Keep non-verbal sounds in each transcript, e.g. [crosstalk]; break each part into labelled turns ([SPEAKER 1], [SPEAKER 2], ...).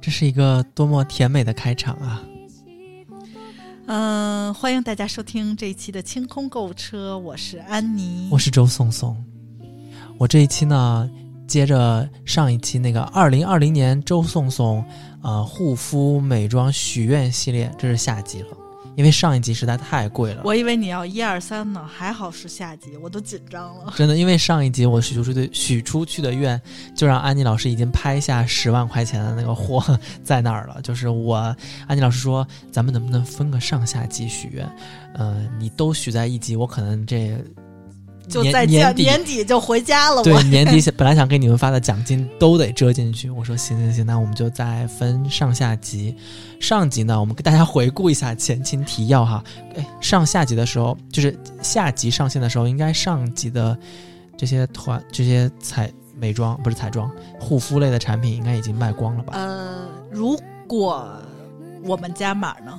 [SPEAKER 1] 这是一个多么甜美的开场啊！
[SPEAKER 2] 嗯、欢迎大家收听这一期的清空购物车，我是安妮。
[SPEAKER 1] 我是周颂颂，我这一期呢，接着上一期那个二零二零年周颂颂呃护肤美妆许愿系列，这是下集了，因为上一集实在太贵了。
[SPEAKER 2] 我以为你要一二三呢，还好是下集，我都紧张了。
[SPEAKER 1] 真的，因为上一集我许出去的许出去的愿，就让安妮老师已经拍下十万块钱的那个货 [laughs] 在那儿了。就是我，安妮老师说，咱们能不能分个上下集许愿？呃，你都许在一集，我可能这
[SPEAKER 2] 就
[SPEAKER 1] 年
[SPEAKER 2] 在家
[SPEAKER 1] 年底
[SPEAKER 2] 年底就回家了，哦我
[SPEAKER 1] 对年底想本来想给你们发的奖金都得折进去。我说行行行，那我们就再分上下集。上集呢，我们给大家回顾一下前情提要哈。哎，上下集的时候，就是下集上线的时候，应该上集的这些团、这些彩美妆不是彩妆护肤类的产品，应该已经卖光了吧？
[SPEAKER 2] 呃，如果我们家码呢，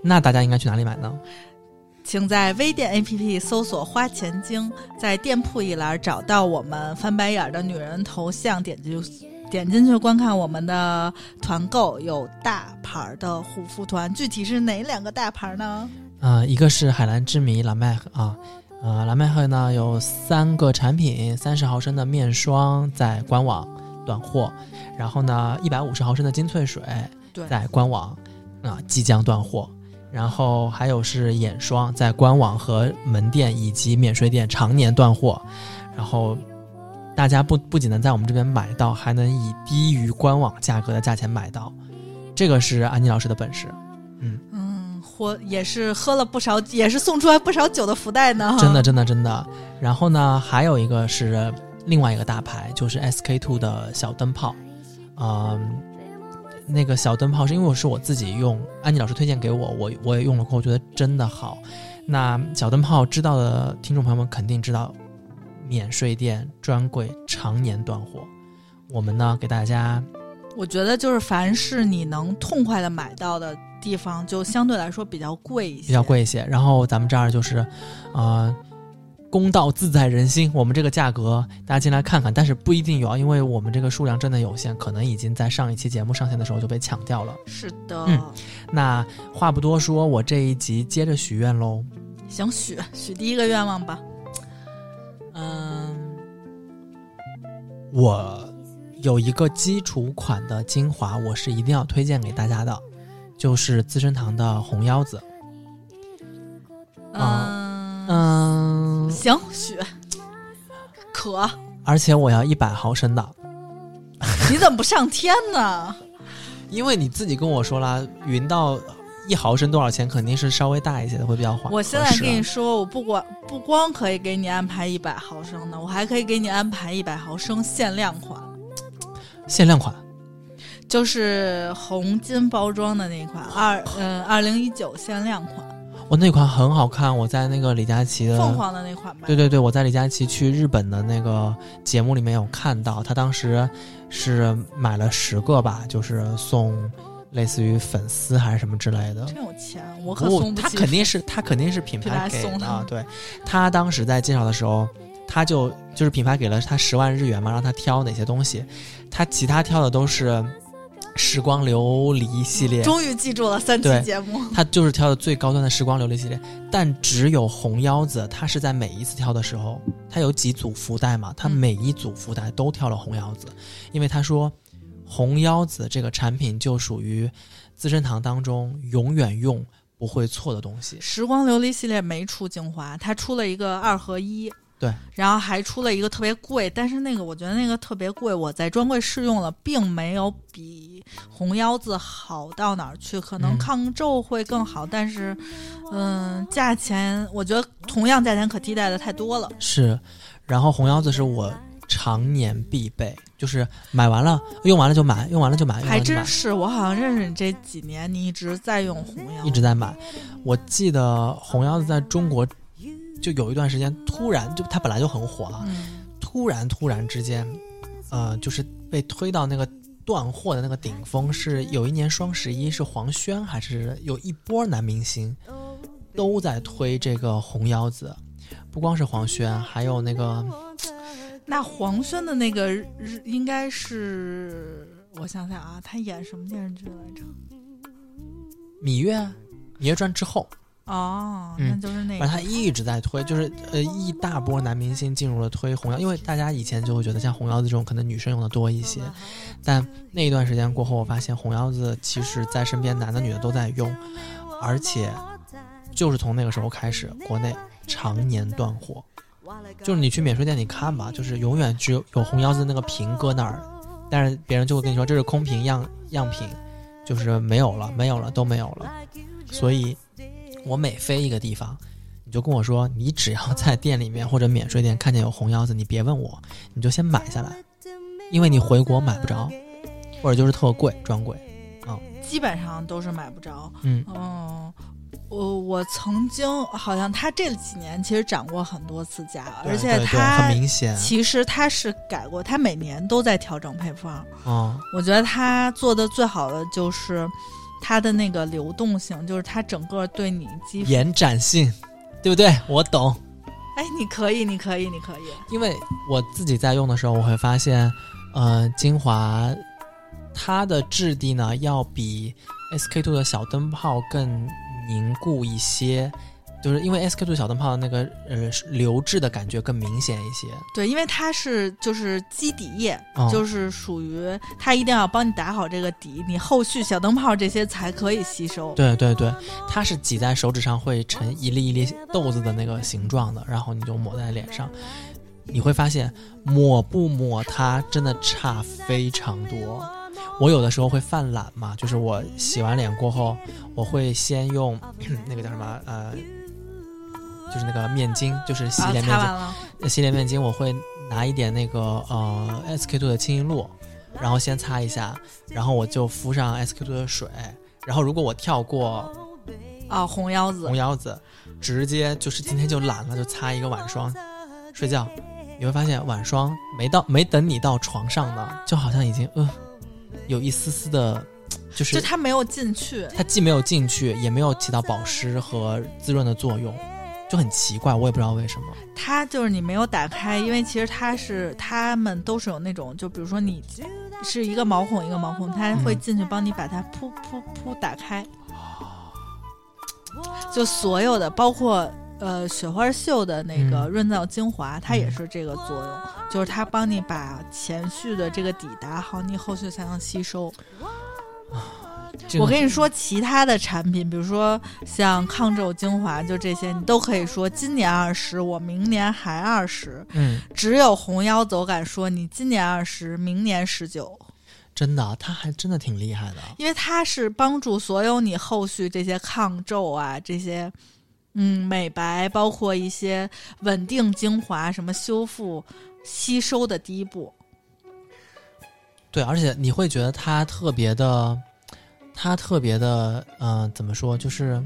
[SPEAKER 1] 那大家应该去哪里买呢？
[SPEAKER 2] 请在微店 APP 搜索“花钱精”，在店铺一栏找到我们翻白眼儿的女人头像，点进去点进去观看我们的团购，有大牌儿的护肤团，具体是哪两个大牌儿呢？
[SPEAKER 1] 呃，一个是海蓝之谜蓝麦啊，呃，蓝麦赫呢有三个产品，三十毫升的面霜在官网短货，然后呢一百五十毫升的精粹水
[SPEAKER 2] 对
[SPEAKER 1] 在官网啊、即将断货，然后还有是眼霜在官网和门店以及免税店常年断货，然后。大家不不仅能在我们这边买到，还能以低于官网价格的价钱买到，这个是安妮老师的本事。
[SPEAKER 2] 嗯，喝也是喝了不少，也是送出来不少酒的福袋呢。
[SPEAKER 1] 真的，，真的，真的。然后呢，还有一个是另外一个大牌，就是 SK two 的小灯泡，嗯，那个小灯泡是因为我是我自己用，安妮老师推荐给我，我我也用了过后，觉得真的好。那小灯泡知道的听众朋友们肯定知道，免税店专柜常年断货。我们呢，给大家
[SPEAKER 2] 我觉得就是凡是你能痛快的买到的地方，就相对来说比较贵一些。
[SPEAKER 1] 比较。贵一些。然后咱们这儿就是，呃，公道自在人心，我们这个价格大家进来看看，但是不一定有啊，因为我们这个数量真的有限，可能已经在上一期节目上线的时候就被抢掉了。
[SPEAKER 2] 是的，
[SPEAKER 1] 嗯那话不多说，我这一集接着许愿喽。
[SPEAKER 2] 行，许许第一个愿望吧。
[SPEAKER 1] 嗯，我有一个基础款的精华，我是一定要推荐给大家的，就是资生堂的红腰子。
[SPEAKER 2] 嗯、
[SPEAKER 1] 啊嗯，
[SPEAKER 2] 行，许。可，
[SPEAKER 1] 而且我要一百毫升的。
[SPEAKER 2] 你怎么不上天呢？
[SPEAKER 1] 因为你自己跟我说了，匀到一毫升多少钱，肯定是稍微大一些的会比较呃划。
[SPEAKER 2] 我现在
[SPEAKER 1] 合适
[SPEAKER 2] 跟你说，我不管
[SPEAKER 1] 啊
[SPEAKER 2] 不光可以给你安排一百毫升的，我还可以给你安排一百毫升限量款。
[SPEAKER 1] 限量款，
[SPEAKER 2] 就是红金包装的那一款，二
[SPEAKER 1] 哦
[SPEAKER 2] 嗯二零一九限量款，
[SPEAKER 1] 我那款很好看，我在那个李佳琦的
[SPEAKER 2] 凤凰的那款吧。
[SPEAKER 1] 嗯对对对，我在李佳琦去日本的那个节目里面有看到，他当时是买了十个吧，就是送类似于粉丝还是什么之类的。
[SPEAKER 2] 真有钱，我可
[SPEAKER 1] 不，
[SPEAKER 2] 送不
[SPEAKER 1] 哦他
[SPEAKER 2] 起。
[SPEAKER 1] 肯定是他肯定是
[SPEAKER 2] [laughs]
[SPEAKER 1] 品牌
[SPEAKER 2] 品牌
[SPEAKER 1] 给
[SPEAKER 2] 送
[SPEAKER 1] 的啊
[SPEAKER 2] 的。
[SPEAKER 1] 对，他当时在介绍的时候，他就就是品牌给了他十万日元嘛，让他挑哪些东西，他其他挑的都是时光琉璃系列，
[SPEAKER 2] 终于记住了三
[SPEAKER 1] 对
[SPEAKER 2] 期节目，
[SPEAKER 1] 他就是挑的最高端的时光琉璃系列，但只有红腰子，他是在每一次挑的时候，他有几组福袋嘛，他
[SPEAKER 2] 嗯
[SPEAKER 1] 每一组福袋都挑了红腰子，因为他说红腰子这个产品就属于资生堂当中永远用不会错的东西。
[SPEAKER 2] 时光琉璃系列没出精华，它出了一个二合一。
[SPEAKER 1] 对，
[SPEAKER 2] 然后还出了一个特别贵，但是那个我觉得那个特别贵，我在专柜试用了，并没有比红腰子好到哪儿去，可能
[SPEAKER 1] 嗯
[SPEAKER 2] 抗皱会更好，但是，嗯，价钱我觉得同样价钱可替代的太多了。
[SPEAKER 1] 是，然后红腰子是我常年必备，就是买完了用完了就买，用完了就买，用完
[SPEAKER 2] 还
[SPEAKER 1] 了就买
[SPEAKER 2] 真，是，我好像认识你这几年，你一直在用红药，
[SPEAKER 1] 一直在买。我记得红腰子在中国就有一段时间，突然就它本来就很火啊，
[SPEAKER 2] 嗯，
[SPEAKER 1] 突然突然之间，呃，就是被推到那个。断货的那个顶峰是有一年双十一是黄轩还是有一波男明星都在推这个红腰子，不光是黄轩，还有那个
[SPEAKER 2] 那黄轩的那个日应该是我想想啊，他演什么电视剧来着？
[SPEAKER 1] 芈月，《芈月传》之后，
[SPEAKER 2] 哦，
[SPEAKER 1] 嗯
[SPEAKER 2] 那就是那
[SPEAKER 1] 反正
[SPEAKER 2] 个，
[SPEAKER 1] 他一直在推，就是呃一大波男明星进入了推红腰，因为大家以前就会觉得像红腰子这种可能女生用的多一些，但那一段时间过后，我发现红腰子其实在身边男的女的都在用，而且就是从那个时候开始，国内常年断货，就是你去免税店你看吧，就是永远只有有红腰子那个瓶搁那儿，但是别人就会跟你说这是空瓶样样品，就是没有了，没有了，都没有了。所以，我每飞一个地方，你就跟我说，你只要在店里面或者免税店看见有红腰子，你别问我，你就先买下来，因为你回国买不着，或者就是特贵，专柜。
[SPEAKER 2] 基本上都是买不着。
[SPEAKER 1] 嗯
[SPEAKER 2] 嗯，我我曾经好像他这几年其实涨过很多次价，
[SPEAKER 1] 对
[SPEAKER 2] 而且
[SPEAKER 1] 对对
[SPEAKER 2] 他
[SPEAKER 1] 很明显，
[SPEAKER 2] 其实他是改过，他每年都在调整配方。
[SPEAKER 1] 嗯
[SPEAKER 2] 我觉得他做的最好的就是他的那个流动性，就是他整个对你肌肤。
[SPEAKER 1] 延展性，对不对？我懂。
[SPEAKER 2] 哎，你可以，你可以，你可以。
[SPEAKER 1] 因为我自己在用的时候，我会发现，呃，精华它的质地呢，要比 SK two 的小灯泡更凝固一些，就是因为 SK two 小灯泡的那个呃流质的感觉更明显一些。
[SPEAKER 2] 对，因为它是就是基底液，
[SPEAKER 1] 嗯
[SPEAKER 2] 就是属于它一定要帮你打好这个底，你后续小灯泡这些才可以吸收。
[SPEAKER 1] 对对对，它是挤在手指上会成一粒一粒豆子的那个形状的，然后你就抹在脸上，你会发现抹不抹它真的差非常多。我有的时候会犯懒嘛，就是我洗完脸过后，我会先用 [clears throat] 那个叫什么呃，就是那个面巾，就是洗
[SPEAKER 2] 啊，
[SPEAKER 1] 脸面
[SPEAKER 2] 擦
[SPEAKER 1] 巾
[SPEAKER 2] 完，了，
[SPEAKER 1] 呃洗脸面巾我会拿一点那个呃 SK two 的清音露，然后先擦一下，然后我就敷上 SK two 的水，然后如果我跳过
[SPEAKER 2] 啊，红腰子
[SPEAKER 1] 红，腰子，直接就是今天就懒了，就擦一个晚霜，睡觉，你会发现晚霜没到没等你到床上呢，就好像已经呃有一丝丝的，就是
[SPEAKER 2] 就它没有进去。
[SPEAKER 1] 它既没有进去，也没有起到保湿和滋润的作用，就很奇怪，我也不知道为什么。
[SPEAKER 2] 它就是你没有打开，因为其实它是它们都是有那种，就比如说你是一个毛孔一个毛孔，它会
[SPEAKER 1] 嗯
[SPEAKER 2] 进去帮你把它噗噗噗打开。
[SPEAKER 1] 哦
[SPEAKER 2] 就所有的，包括呃雪花秀的那个
[SPEAKER 1] 嗯
[SPEAKER 2] 润燥精华，它也
[SPEAKER 1] 嗯
[SPEAKER 2] 是这个作用，就是它帮你把前序的这个底打好，你后续才能吸收。
[SPEAKER 1] 这个
[SPEAKER 2] 我跟你说，其他的产品，比如说像抗皱精华，就这些，你都可以说今年二十，我明年还二十。
[SPEAKER 1] 嗯。
[SPEAKER 2] 只有红腰走敢说你今年二十，明年十九，
[SPEAKER 1] 真的，他还真的挺厉害的。
[SPEAKER 2] 因为它是帮助所有你后续这些抗皱啊，这些嗯美白，包括一些稳定精华什么修复吸收的第一步。
[SPEAKER 1] 对，而且你会觉得他特别的，他特别的，呃，怎么说，就是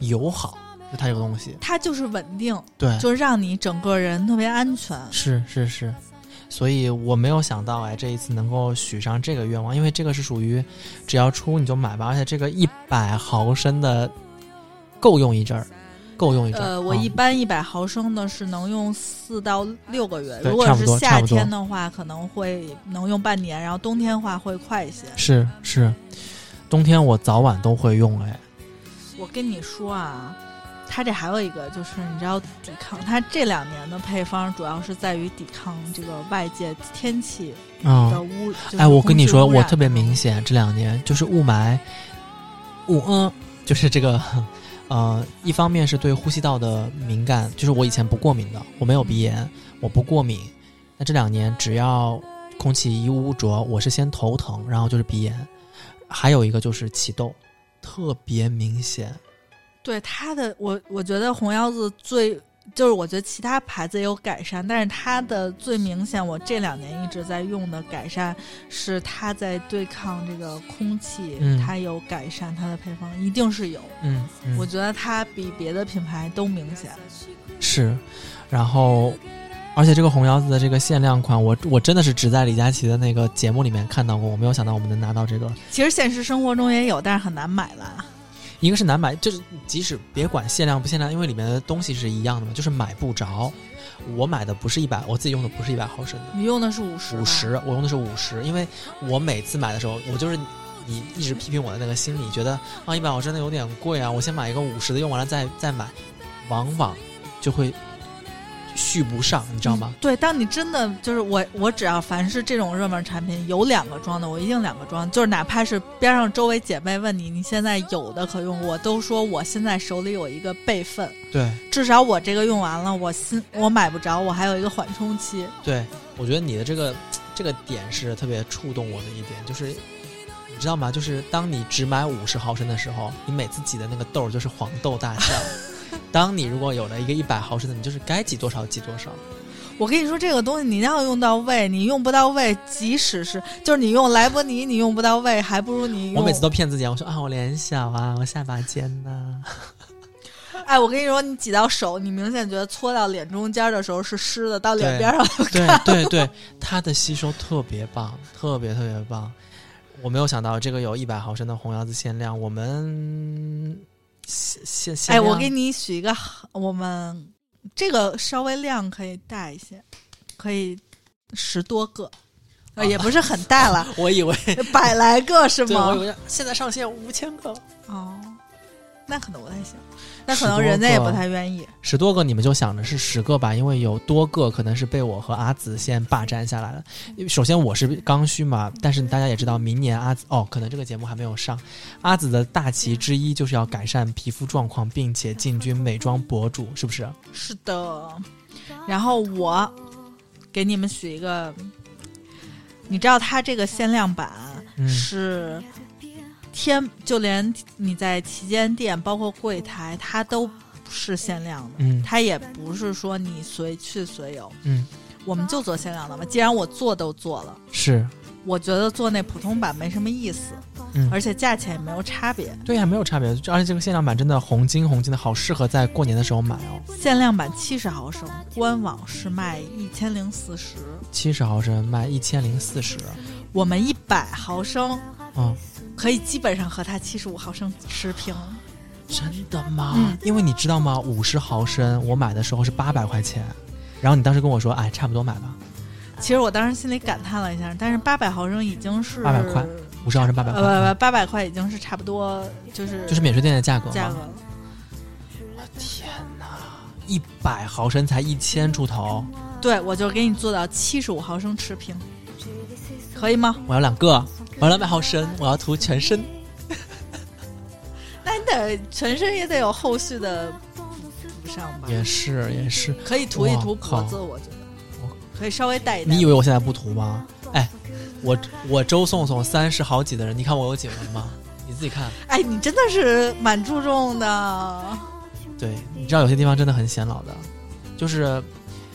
[SPEAKER 1] 友好，就他这个东西。
[SPEAKER 2] 它就是稳定，
[SPEAKER 1] 对，
[SPEAKER 2] 就让你整个人特别安全。
[SPEAKER 1] 是是是，所以我没有想到，哎，这一次能够许上这个愿望，因为这个是属于只要出你就买吧，而且这个一百毫升的够用一阵儿，够用一阵儿。
[SPEAKER 2] 呃，我
[SPEAKER 1] 嗯
[SPEAKER 2] 一般一百毫升的是能用四到六个月，
[SPEAKER 1] 对
[SPEAKER 2] 如果
[SPEAKER 1] 差不
[SPEAKER 2] 是
[SPEAKER 1] 多
[SPEAKER 2] 夏
[SPEAKER 1] 差不多
[SPEAKER 2] 天的话，可能会能用半年，然后冬天的话会快一些。
[SPEAKER 1] 是是，冬天我早晚都会用，哎，
[SPEAKER 2] 我跟你说啊，它这还有一个就是，你知道抵抗，它这两年的配方主要是在于抵抗这个外界天气
[SPEAKER 1] 嗯，
[SPEAKER 2] 的污。就是
[SPEAKER 1] 哎，我跟你说，
[SPEAKER 2] 空气污
[SPEAKER 1] 我
[SPEAKER 2] 染
[SPEAKER 1] 特别明显，这两年就是雾霾，雾嗯，就是这个，呃，一方面是对呼吸道的敏感，就是我以前不过敏的，我没有
[SPEAKER 2] 嗯
[SPEAKER 1] 鼻炎，我不过敏。那这两年只要空气一污浊，我是先头疼，然后就是鼻炎，还有一个就是起痘，特别明显。
[SPEAKER 2] 对它的，我我觉得红腰子最。就是我觉得其他牌子也有改善，但是它的最明显，我这两年一直在用的改善是它在对抗这个空气，
[SPEAKER 1] 嗯
[SPEAKER 2] 它有改善它的配方，一定是有。
[SPEAKER 1] 嗯，嗯
[SPEAKER 2] 我觉得它比别的品牌都明显。
[SPEAKER 1] 是，然后，而且这个红腰子的这个限量款，我我真的是只在李佳琦的那个节目里面看到过，我没有想到我们能拿到这个。
[SPEAKER 2] 其实现实生活中也有，但是很难买了。啊
[SPEAKER 1] 一个是难买，就是即使别管限量不限量，因为里面的东西是一样的嘛，就是买不着。我买的不是一百，我自己用的不是一百毫升的，
[SPEAKER 2] 你用的是五十，
[SPEAKER 1] 五，十，我用的是五十，因为我每次买的时候，我就是你一直批评我的那个心理，觉得啊一百毫升的有点贵啊，我先买一个五十的，用完了再再买，往往就会续不上，你知道吗？
[SPEAKER 2] 嗯对，当你真的就是我，我只要凡是这种热门产品有两个装的，我一定两个装。就是哪怕是边上周围姐妹问你你现在有的可用，我都说我现在手里有一个备份，
[SPEAKER 1] 对
[SPEAKER 2] 至少我这个用完了，我新我买不着，我还有一个缓冲期。
[SPEAKER 1] 对，我觉得你的这个这个点是特别触动我的一点，就是你知道吗？就是当你只买五十毫升的时候，你每次挤的那个豆儿就是黄豆大小；
[SPEAKER 2] [laughs]
[SPEAKER 1] 当你如果有了一个一百毫升的，你就是该挤多少挤多少。
[SPEAKER 2] 我跟你说，这个东西你要用到位，你用不到位，即使是就是你用莱博尼，你用不到位，还不如你用。
[SPEAKER 1] 我每次都骗自己，啊，我说啊，我脸小啊，我下巴尖呐、
[SPEAKER 2] [laughs] 哎，我跟你说，你挤到手，你明显觉得搓到脸中间的时候是湿的，到脸
[SPEAKER 1] 对
[SPEAKER 2] 边上哎
[SPEAKER 1] 对对对，它的吸收特别棒，特别特别棒。我没有想到这个有一百毫升的红腰子限量，我们限限限
[SPEAKER 2] 哎，我
[SPEAKER 1] 量
[SPEAKER 2] 给你许一个好，我们这个稍微量可以大一些，可以十多个，呃，也不是很大了，
[SPEAKER 1] 我以为
[SPEAKER 2] 百来个是
[SPEAKER 1] 哦对，我
[SPEAKER 2] 吗
[SPEAKER 1] 以？为现在上线五千个，
[SPEAKER 2] 哦，那可能不太行，那可
[SPEAKER 1] 10
[SPEAKER 2] 能
[SPEAKER 1] 多
[SPEAKER 2] 人家也
[SPEAKER 1] 个
[SPEAKER 2] 不太愿意。
[SPEAKER 1] 十多个你们就想着是十个吧，因为有多个可能是被我和阿紫先霸占下来了。因为首先我是刚需嘛，但是大家也知道，明年阿紫哦，可能这个节目还没有上。阿紫的大旗之一就是要改善皮肤状况，并且进军美妆博主，是不是？
[SPEAKER 2] 是的，然后我给你们许一个，你知道它这个限量版
[SPEAKER 1] 嗯
[SPEAKER 2] 是天，就连你在旗舰店，包括柜台，它都是限量的。
[SPEAKER 1] 嗯
[SPEAKER 2] 它也不是说你随去随有，
[SPEAKER 1] 嗯，
[SPEAKER 2] 我们就做限量的嘛。既然我做都做了，
[SPEAKER 1] 是
[SPEAKER 2] 我觉得做那普通版没什么意思，
[SPEAKER 1] 嗯
[SPEAKER 2] 而且价钱也没有差别。
[SPEAKER 1] 对呀、没有差别。而且这个限量版真的红金红金的，好适合在过年的时候买哦，
[SPEAKER 2] 限量版七十毫升，官网是卖一千零四十，
[SPEAKER 1] 七十毫升卖一千零四十，
[SPEAKER 2] 我们一百毫升
[SPEAKER 1] 嗯。
[SPEAKER 2] 可以基本上和它七十五毫升持平。
[SPEAKER 1] 真的吗？
[SPEAKER 2] 嗯
[SPEAKER 1] 因为你知道吗？五十毫升我买的时候是八百块钱，然后你当时跟我说，哎，差不多买吧，
[SPEAKER 2] 其实我当时心里感叹了一下，但是八百毫升已经是
[SPEAKER 1] 800块五十毫升八百块，
[SPEAKER 2] 呃，八百块已经是差不多就是
[SPEAKER 1] 就是免税店的价格
[SPEAKER 2] 价格
[SPEAKER 1] 吗？
[SPEAKER 2] 了。
[SPEAKER 1] 天哪，一百毫升才一千出头，
[SPEAKER 2] 对，我就给你做到七十五毫升持平，可以吗？
[SPEAKER 1] 我要两个，我要两百毫升，我要涂全身。
[SPEAKER 2] 那你得全身也得有后续的补上吧？
[SPEAKER 1] 也是也是，
[SPEAKER 2] 可以涂一涂
[SPEAKER 1] 哇靠
[SPEAKER 2] 脖子，我觉得
[SPEAKER 1] 我
[SPEAKER 2] 可以稍微带一带。
[SPEAKER 1] 你以为我现在不涂吗？哎，我我周颂颂三十好几的人，你看我有几纹吗？你自己看。
[SPEAKER 2] 哎，你真的是蛮注重的。
[SPEAKER 1] 对，你知道有些地方真的很显老的，就是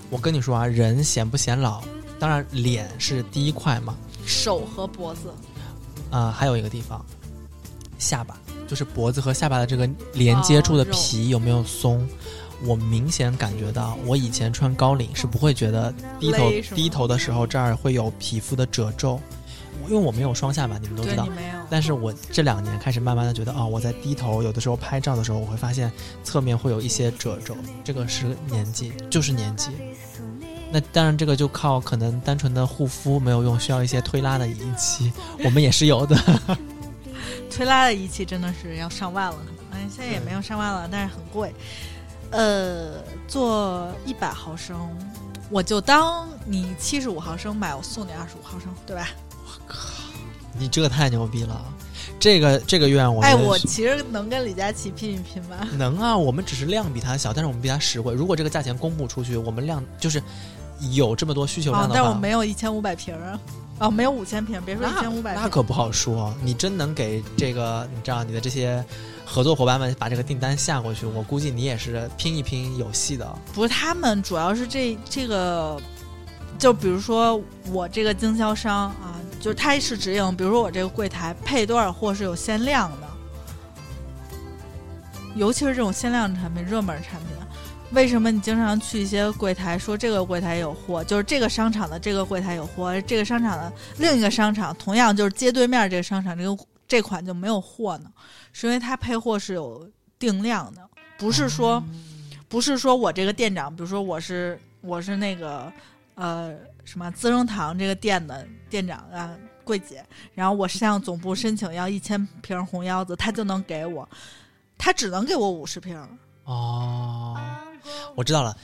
[SPEAKER 1] 我跟你说啊，人显不显老，当然脸是第一块嘛，
[SPEAKER 2] 手和脖子，
[SPEAKER 1] 啊、还有一个地方，下巴，就是脖子和下巴的这个连接处的
[SPEAKER 2] 哦肉
[SPEAKER 1] 皮有没有松。我明显感觉到，我以前穿高领是不会觉得低头
[SPEAKER 2] 勒是吗
[SPEAKER 1] 低头的时候这儿会有皮肤的褶皱，因为我没有双下巴，你们都知
[SPEAKER 2] 对
[SPEAKER 1] 道
[SPEAKER 2] 你。没有。
[SPEAKER 1] 但是我这两年开始慢慢的觉得，哦，我在低头，有的时候拍照的时候，我会发现侧面会有一些褶皱，这个是年纪，就是年纪。那当然，这个就靠可能单纯的护肤没有用，需要一些推拉的仪
[SPEAKER 2] [laughs]
[SPEAKER 1] 器，我们也是有的。
[SPEAKER 2] 推拉的仪器真的是要上万了，嗯，现在也没有上万了，但是很贵。呃，做一百毫升，我就当你七十五毫升买，我送你二十五毫升，对吧？
[SPEAKER 1] 你这个太牛逼了，这个这个愿我觉
[SPEAKER 2] 哎，
[SPEAKER 1] 得
[SPEAKER 2] 我
[SPEAKER 1] 是
[SPEAKER 2] 其实能跟李佳琦拼一拼吧。
[SPEAKER 1] 能啊，我们只是量比它小，但是我们比它实惠。如果这个价钱公布出去，我们量就是有这么多需求
[SPEAKER 2] 啊、
[SPEAKER 1] 量的话，
[SPEAKER 2] 但我没有一千五百瓶儿，啊，没有五千瓶，别说一
[SPEAKER 1] 那
[SPEAKER 2] 千五百瓶，
[SPEAKER 1] 那可不好说。你真能给这个，你知道你的这些合作伙伴们把这个订单下过去，我估计你也是拼一拼有戏的。
[SPEAKER 2] 不是他们，主要是这这个，就比如说我这个经销商啊，就是他是指引，比如说我这个柜台配多少货是有限量的，尤其是这种限量产品、热门产品。为什么你经常去一些柜台说这个柜台有货，就是这个商场的这个柜台有货，这个商场的另一个商场同样就是街对面这个商场这个这款就没有货呢？是因为它配货是有定量的，不是说、不是说我这个店长，比如说我是我是那个呃什么资生堂这个店的店长啊。柜姐，然后我向总部申请要一千瓶红腰子，他就能给我，他只能给我五十瓶。
[SPEAKER 1] 哦，我知道了，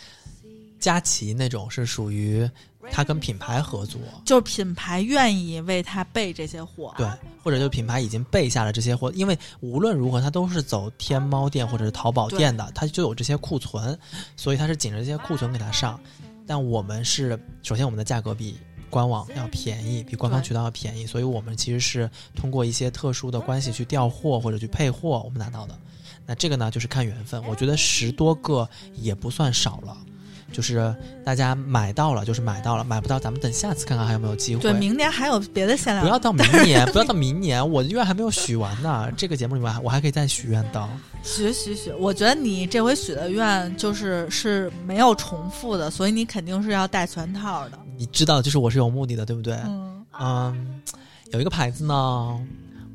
[SPEAKER 1] 佳琦那种是属于他跟品牌合作，
[SPEAKER 2] 就是品牌愿意为他备这些货，
[SPEAKER 1] 对，或者就品牌已经备下了这些货，因为无论如何它都是走天猫店或者是淘宝店的，它就有这些库存，所以它是紧着这些库存给它上。但我们是首先我们的价格比官网要便宜，比官方
[SPEAKER 2] 对
[SPEAKER 1] 渠道要便宜，所以我们其实是通过一些特殊的关系去调货或者去配货，我们拿到的。那这个呢，就是看缘分。我觉得十多个也不算少了，就是大家买到了就是买到了，买不到咱们等下次看看还有没有机会。
[SPEAKER 2] 对，明年还有别的限量。
[SPEAKER 1] 不要到明年，不要到明年，我的愿还没有许完呢。这个节目里面还我还可以再许愿的。
[SPEAKER 2] 许许许，我觉得你这回许的愿就是是没有重复的，所以你肯定是要带全套的。
[SPEAKER 1] 你知道，就是我是有目的的，对不对？
[SPEAKER 2] 嗯，
[SPEAKER 1] 嗯，有一个牌子呢，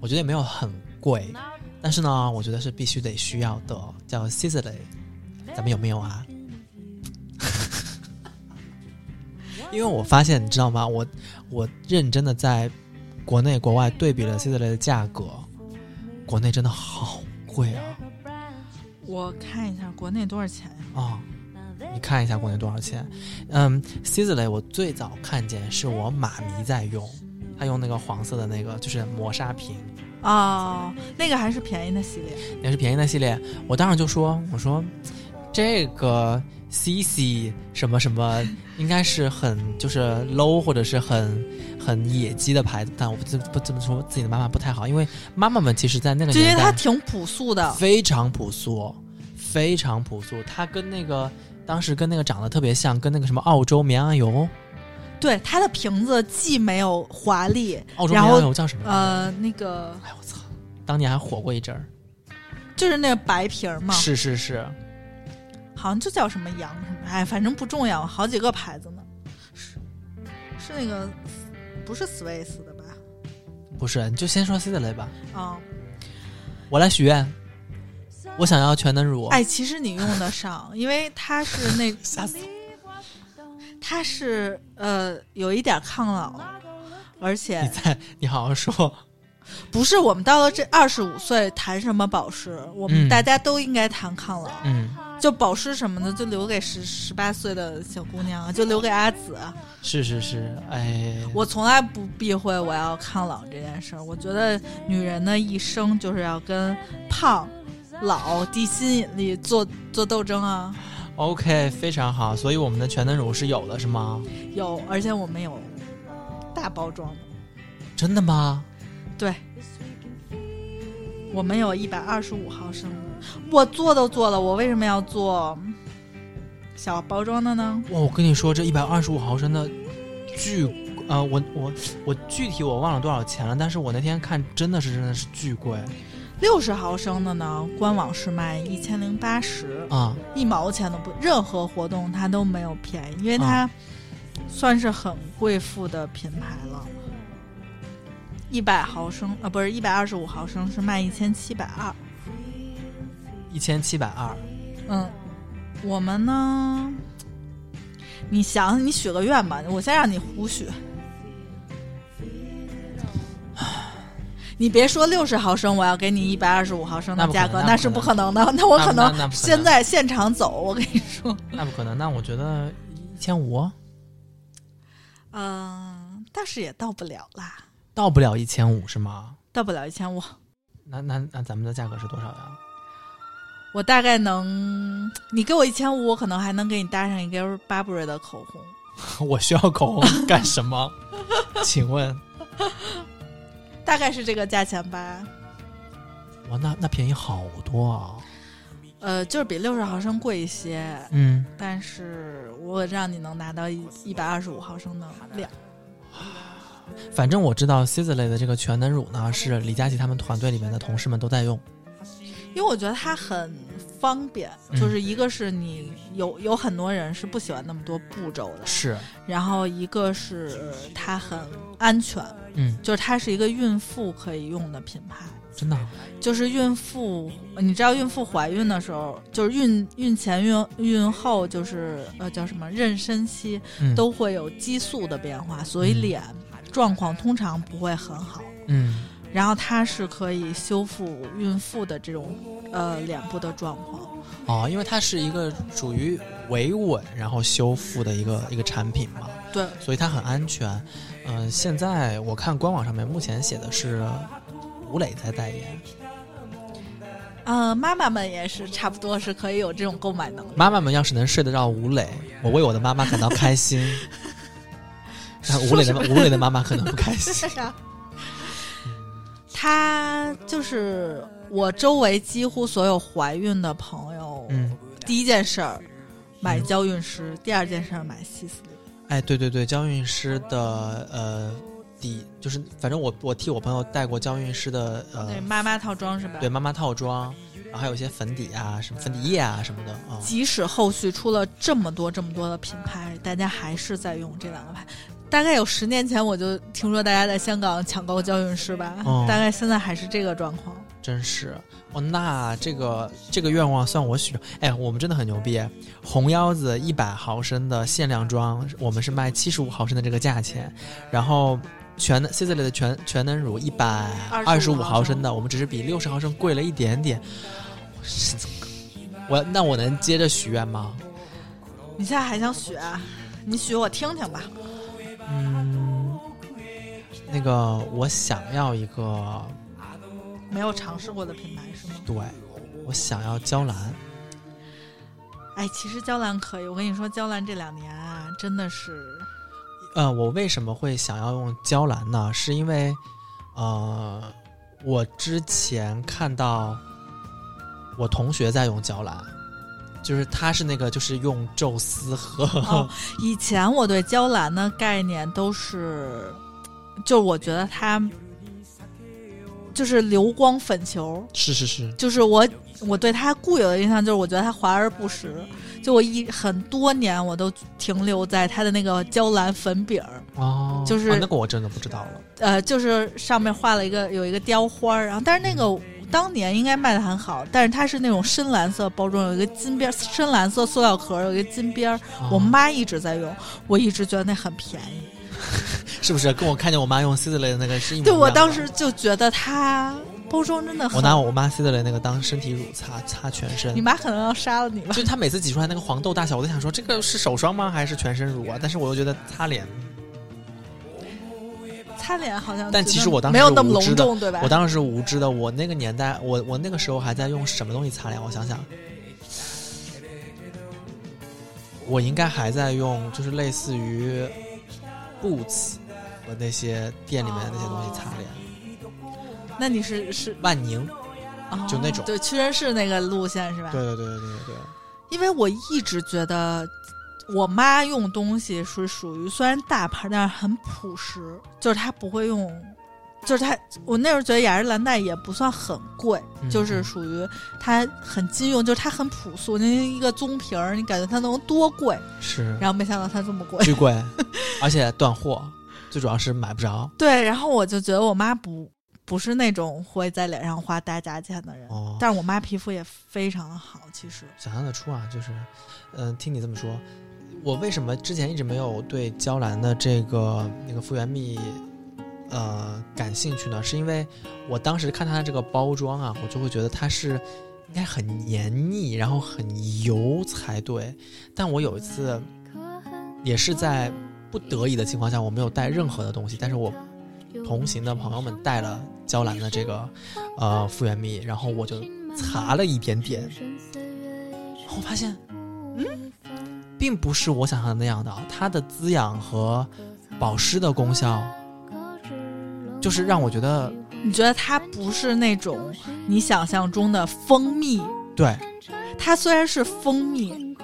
[SPEAKER 1] 我觉得也没有很贵，但是呢，我觉得是必须得需要的，叫 Sisley，咱们有没有啊？ [laughs] 因为我发现，你知道吗？我我认真的在国内国外对比了 Sisley 的价格，国内真的好贵啊
[SPEAKER 2] 我看一下国内多少钱呀、
[SPEAKER 1] 啊！你看一下国内多少钱？嗯，Sisley 我最早看见是我妈咪在用，她用那个黄色的那个就是磨砂瓶，
[SPEAKER 2] 哦，那个还是便宜的系列，
[SPEAKER 1] 也是便宜的系列，我当时就说，我说这个 CC 什么什么，应该是很就是 low 或者是很很野鸡的牌子，但我不不这么说自己的妈妈不太好，因为妈妈们其实在那个
[SPEAKER 2] 就因为
[SPEAKER 1] 年
[SPEAKER 2] 它
[SPEAKER 1] 代
[SPEAKER 2] 挺朴素的。
[SPEAKER 1] 非常朴素，非常朴素，它跟那个。当时跟那个长得特别像，跟那个什么澳洲绵羊油，
[SPEAKER 2] 对，它的瓶子既没有华丽，
[SPEAKER 1] 澳洲
[SPEAKER 2] 然
[SPEAKER 1] 绵
[SPEAKER 2] 后
[SPEAKER 1] 羊油叫什么？
[SPEAKER 2] 呃，那个
[SPEAKER 1] 哎我操，当年还火过一阵儿。
[SPEAKER 2] 就是那个白瓶儿嘛，
[SPEAKER 1] 是是是，
[SPEAKER 2] 好像就叫什么羊什么，哎，反正不重要，好几个牌子呢。是是那个不是 Swiss 的吧？
[SPEAKER 1] 不是？你就先说 C 的类吧。
[SPEAKER 2] 啊、
[SPEAKER 1] 我来许愿，我想要全能乳。
[SPEAKER 2] 哎，其实你用
[SPEAKER 1] [laughs]
[SPEAKER 2] 得上，因为它是那
[SPEAKER 1] 吓死
[SPEAKER 2] 它是呃有一点抗老，而
[SPEAKER 1] 你
[SPEAKER 2] 且
[SPEAKER 1] 在你好好
[SPEAKER 2] [laughs]
[SPEAKER 1] 说，
[SPEAKER 2] 不是我们到了这二十五岁谈什么保湿，我
[SPEAKER 1] 嗯
[SPEAKER 2] 们大家都应该谈抗老。
[SPEAKER 1] 嗯，
[SPEAKER 2] 就保湿什么的，就留给十十八岁的小姑娘，就留给阿紫。
[SPEAKER 1] 是是是，哎，
[SPEAKER 2] 我从来不避讳我要抗老这件事儿。我觉得女人的一生就是要跟胖、老、地心引力做做斗争啊。
[SPEAKER 1] OK 非常好，所以我们的全能乳是有的是吗？
[SPEAKER 2] 有，而且我们有大包装的，
[SPEAKER 1] 真的吗？
[SPEAKER 2] 对，我们有一百二十五毫升。我做都做了，我为什么要做小包装的呢？
[SPEAKER 1] 哇，我跟你说，这一百二十五毫升的巨，呃，我我我具体我忘了多少钱了，但是我那天看真的是真的是巨贵
[SPEAKER 2] 六十毫升的呢，官网是卖一千零八十，
[SPEAKER 1] 啊、
[SPEAKER 2] 一毛钱都不，任何活动它都没有便宜，因为它算是很贵妇的品牌了。一百毫升啊，不是一百二十五毫升，是卖一千七百二。
[SPEAKER 1] 一千七百二，
[SPEAKER 2] 嗯，我们呢，你想想，你许个愿吧，我先让你胡许。你别说六十毫升，我要给你一百二十五毫升的
[SPEAKER 1] 那不可
[SPEAKER 2] 价
[SPEAKER 1] 能
[SPEAKER 2] 格，
[SPEAKER 1] 那
[SPEAKER 2] 那
[SPEAKER 1] 不
[SPEAKER 2] 是
[SPEAKER 1] 可
[SPEAKER 2] 不可能的。 [laughs] 那我
[SPEAKER 1] 那
[SPEAKER 2] 可
[SPEAKER 1] 那
[SPEAKER 2] 能
[SPEAKER 1] 那不可
[SPEAKER 2] 现
[SPEAKER 1] 能
[SPEAKER 2] 在现场走，我跟你说。
[SPEAKER 1] 那不可能，那我觉得一千五
[SPEAKER 2] 嗯，但是也到不了啦，
[SPEAKER 1] 到不了一千五是吗？
[SPEAKER 2] 到不了一千五。
[SPEAKER 1] 那那那咱们的价格是多少呀？
[SPEAKER 2] 我大概能，你给我一千五，我可能还能给你搭上一根 Burberry 的口红。
[SPEAKER 1] [laughs] 我需要口红干什么？ [laughs] 请问，
[SPEAKER 2] 大概是这个价钱吧，
[SPEAKER 1] 哇，那那便宜好多啊！
[SPEAKER 2] 呃，就是比六十毫升贵一些，
[SPEAKER 1] 嗯，
[SPEAKER 2] 但是我让你能拿到一一百二十五毫升的量。
[SPEAKER 1] 反正我知道 Sisley 的这个全能乳呢，是李佳琦他们团队里面的同事们都在用。
[SPEAKER 2] 因为我觉得它很方便，
[SPEAKER 1] 嗯
[SPEAKER 2] 就是一个是你有有很多人是不喜欢那么多步骤的，
[SPEAKER 1] 是，
[SPEAKER 2] 然后一个是它很安全，
[SPEAKER 1] 嗯，
[SPEAKER 2] 就是它是一个孕妇可以用的品牌。
[SPEAKER 1] 真的啊，
[SPEAKER 2] 就是孕妇，你知道孕妇怀孕的时候，就是孕孕前、孕孕后，就是呃叫什么妊娠期，
[SPEAKER 1] 嗯，
[SPEAKER 2] 都会有激素的变化，所以
[SPEAKER 1] 嗯
[SPEAKER 2] 脸状况通常不会很好。
[SPEAKER 1] 嗯
[SPEAKER 2] 然后它是可以修复孕妇的这种呃脸部的状况，
[SPEAKER 1] 哦，因为它是一个属于维稳然后修复的一个一个产品嘛，
[SPEAKER 2] 对，
[SPEAKER 1] 所以它很安全。嗯、现在我看官网上面目前写的是吴磊在代言，
[SPEAKER 2] 呃，妈妈们也是差不多是可以有这种购买能力。
[SPEAKER 1] 妈妈们要是能睡得着吴磊，我为我的妈妈感到开心。
[SPEAKER 2] [laughs]
[SPEAKER 1] 但吴磊的吴磊的妈妈可能不开
[SPEAKER 2] [laughs]
[SPEAKER 1] 心。
[SPEAKER 2] 是啊，
[SPEAKER 1] 嗯
[SPEAKER 2] 他就是我周围几乎所有怀孕的朋友，
[SPEAKER 1] 嗯，
[SPEAKER 2] 第一件事儿买
[SPEAKER 1] 嗯
[SPEAKER 2] 娇韵诗，第二件事儿买西斯利。
[SPEAKER 1] 哎，对对对，娇韵诗的呃底就是，反正我我替我朋友带过娇韵诗的呃
[SPEAKER 2] 对，妈妈套装是吧？
[SPEAKER 1] 对。妈妈套装，然后还有一些粉底啊、什么粉底液啊什么的啊、
[SPEAKER 2] 即使后续出了这么多这么多的品牌，大家还是在用这两个牌。大概有十年前我就听说大家在香港抢购娇韵诗吧，
[SPEAKER 1] 哦
[SPEAKER 2] 大概现在还是这个状况。
[SPEAKER 1] 真是哦，那这个这个愿望算我许。哎，我们真的很牛逼，红腰子一百毫升的限量装，我们是卖七十五毫升的这个价钱，然后。全 c i s l e 的全全能乳一百二十五毫升的，我们只是比六十毫升贵了一点点。我是我那我能接着许愿吗？
[SPEAKER 2] 你现在还想许啊？你许我听听吧。
[SPEAKER 1] 嗯，那个我想要一个，
[SPEAKER 2] 没有尝试过的品牌是吗？
[SPEAKER 1] 对我想要娇兰。
[SPEAKER 2] 哎，其实娇兰可以，我跟你说，娇兰这两年啊，真的是
[SPEAKER 1] 呃，我为什么会想要用娇兰呢？是因为，呃，我之前看到我同学在用娇兰，就是他是那个就是用宙斯和、
[SPEAKER 2] 哦以前我对娇兰的概念都是，就是我觉得它就是流光粉球，
[SPEAKER 1] [laughs] 是是是，
[SPEAKER 2] 就是我我对它固有的印象就是我觉得它华而不实，就我一很多年我都停留在它的那个娇兰粉饼儿，
[SPEAKER 1] 哦，
[SPEAKER 2] 就是
[SPEAKER 1] 哦那个我真的不知道了。
[SPEAKER 2] 呃，就是上面画了一个有一个雕花儿，然后但是那个。当年应该卖的很好，但是它是那种深蓝色包装，有一个金边儿，深蓝色塑料壳儿，有一个金边儿。
[SPEAKER 1] 哦
[SPEAKER 2] 我妈一直在用，我一直觉得那很便宜。
[SPEAKER 1] 是不是跟我看见我妈用 c i s l e 的那个是一模一
[SPEAKER 2] 对，
[SPEAKER 1] 样的？
[SPEAKER 2] 我当时就觉得它包装真的很。
[SPEAKER 1] 我拿我妈 c i s l e 那个当身体乳擦擦全身
[SPEAKER 2] 你。妈可能要杀了你吧 [laughs]
[SPEAKER 1] 就？是她每次挤出来那个黄豆大小，我都想说这个是手霜吗？还是全身乳啊？但是我又觉得擦脸
[SPEAKER 2] 擦脸好像，
[SPEAKER 1] 但其实我当时
[SPEAKER 2] 没有那么
[SPEAKER 1] 我知
[SPEAKER 2] 隆
[SPEAKER 1] 道
[SPEAKER 2] 重，对吧？
[SPEAKER 1] 我当时是无知的，我那个年代，我我那个时候还在用什么东西擦脸？我想想，我应该还在用，就是类似于 Boots 和那些店里面的那些东西擦脸，
[SPEAKER 2] 那你是是、
[SPEAKER 1] 万宁。
[SPEAKER 2] 哦
[SPEAKER 1] 就那种
[SPEAKER 2] 对屈臣氏那个路线是吧？
[SPEAKER 1] 对，对对对对对对，
[SPEAKER 2] 因为我一直觉得。我妈用东西是属于虽然大牌，但是很朴实，就是她不会用，就是她我那时候觉得雅诗兰黛也不算很贵，
[SPEAKER 1] 嗯
[SPEAKER 2] 就是属于它很金用，就是它很朴素。您一个棕瓶儿，你感觉它能多贵？
[SPEAKER 1] 嗯是
[SPEAKER 2] 然后没想到它这么贵， [laughs]
[SPEAKER 1] 巨贵，而且断货，最主要是买不着。
[SPEAKER 2] 对，然后我就觉得我妈不不是那种会在脸上花大价钱的人，
[SPEAKER 1] 哦
[SPEAKER 2] 但是我妈皮肤也非常的好，其实
[SPEAKER 1] 想象得出啊，就是，嗯、听你这么说，我为什么之前一直没有对娇兰的这个那个复原蜜，呃，感兴趣呢？是因为我当时看它的这个包装啊，我就会觉得它是应该很黏腻，然后很油才对。但我有一次也是在不得已的情况下，我没有带任何的东西，但是我同行的朋友们带了娇兰的这个呃复原蜜，然后我就擦了一点点，哦我发现，嗯，并不是我想象的那样的，它的滋养和保湿的功效，就是让我觉得
[SPEAKER 2] 你觉得它不是那种你想象中的蜂蜜，
[SPEAKER 1] 对
[SPEAKER 2] 它虽然是蜂蜜，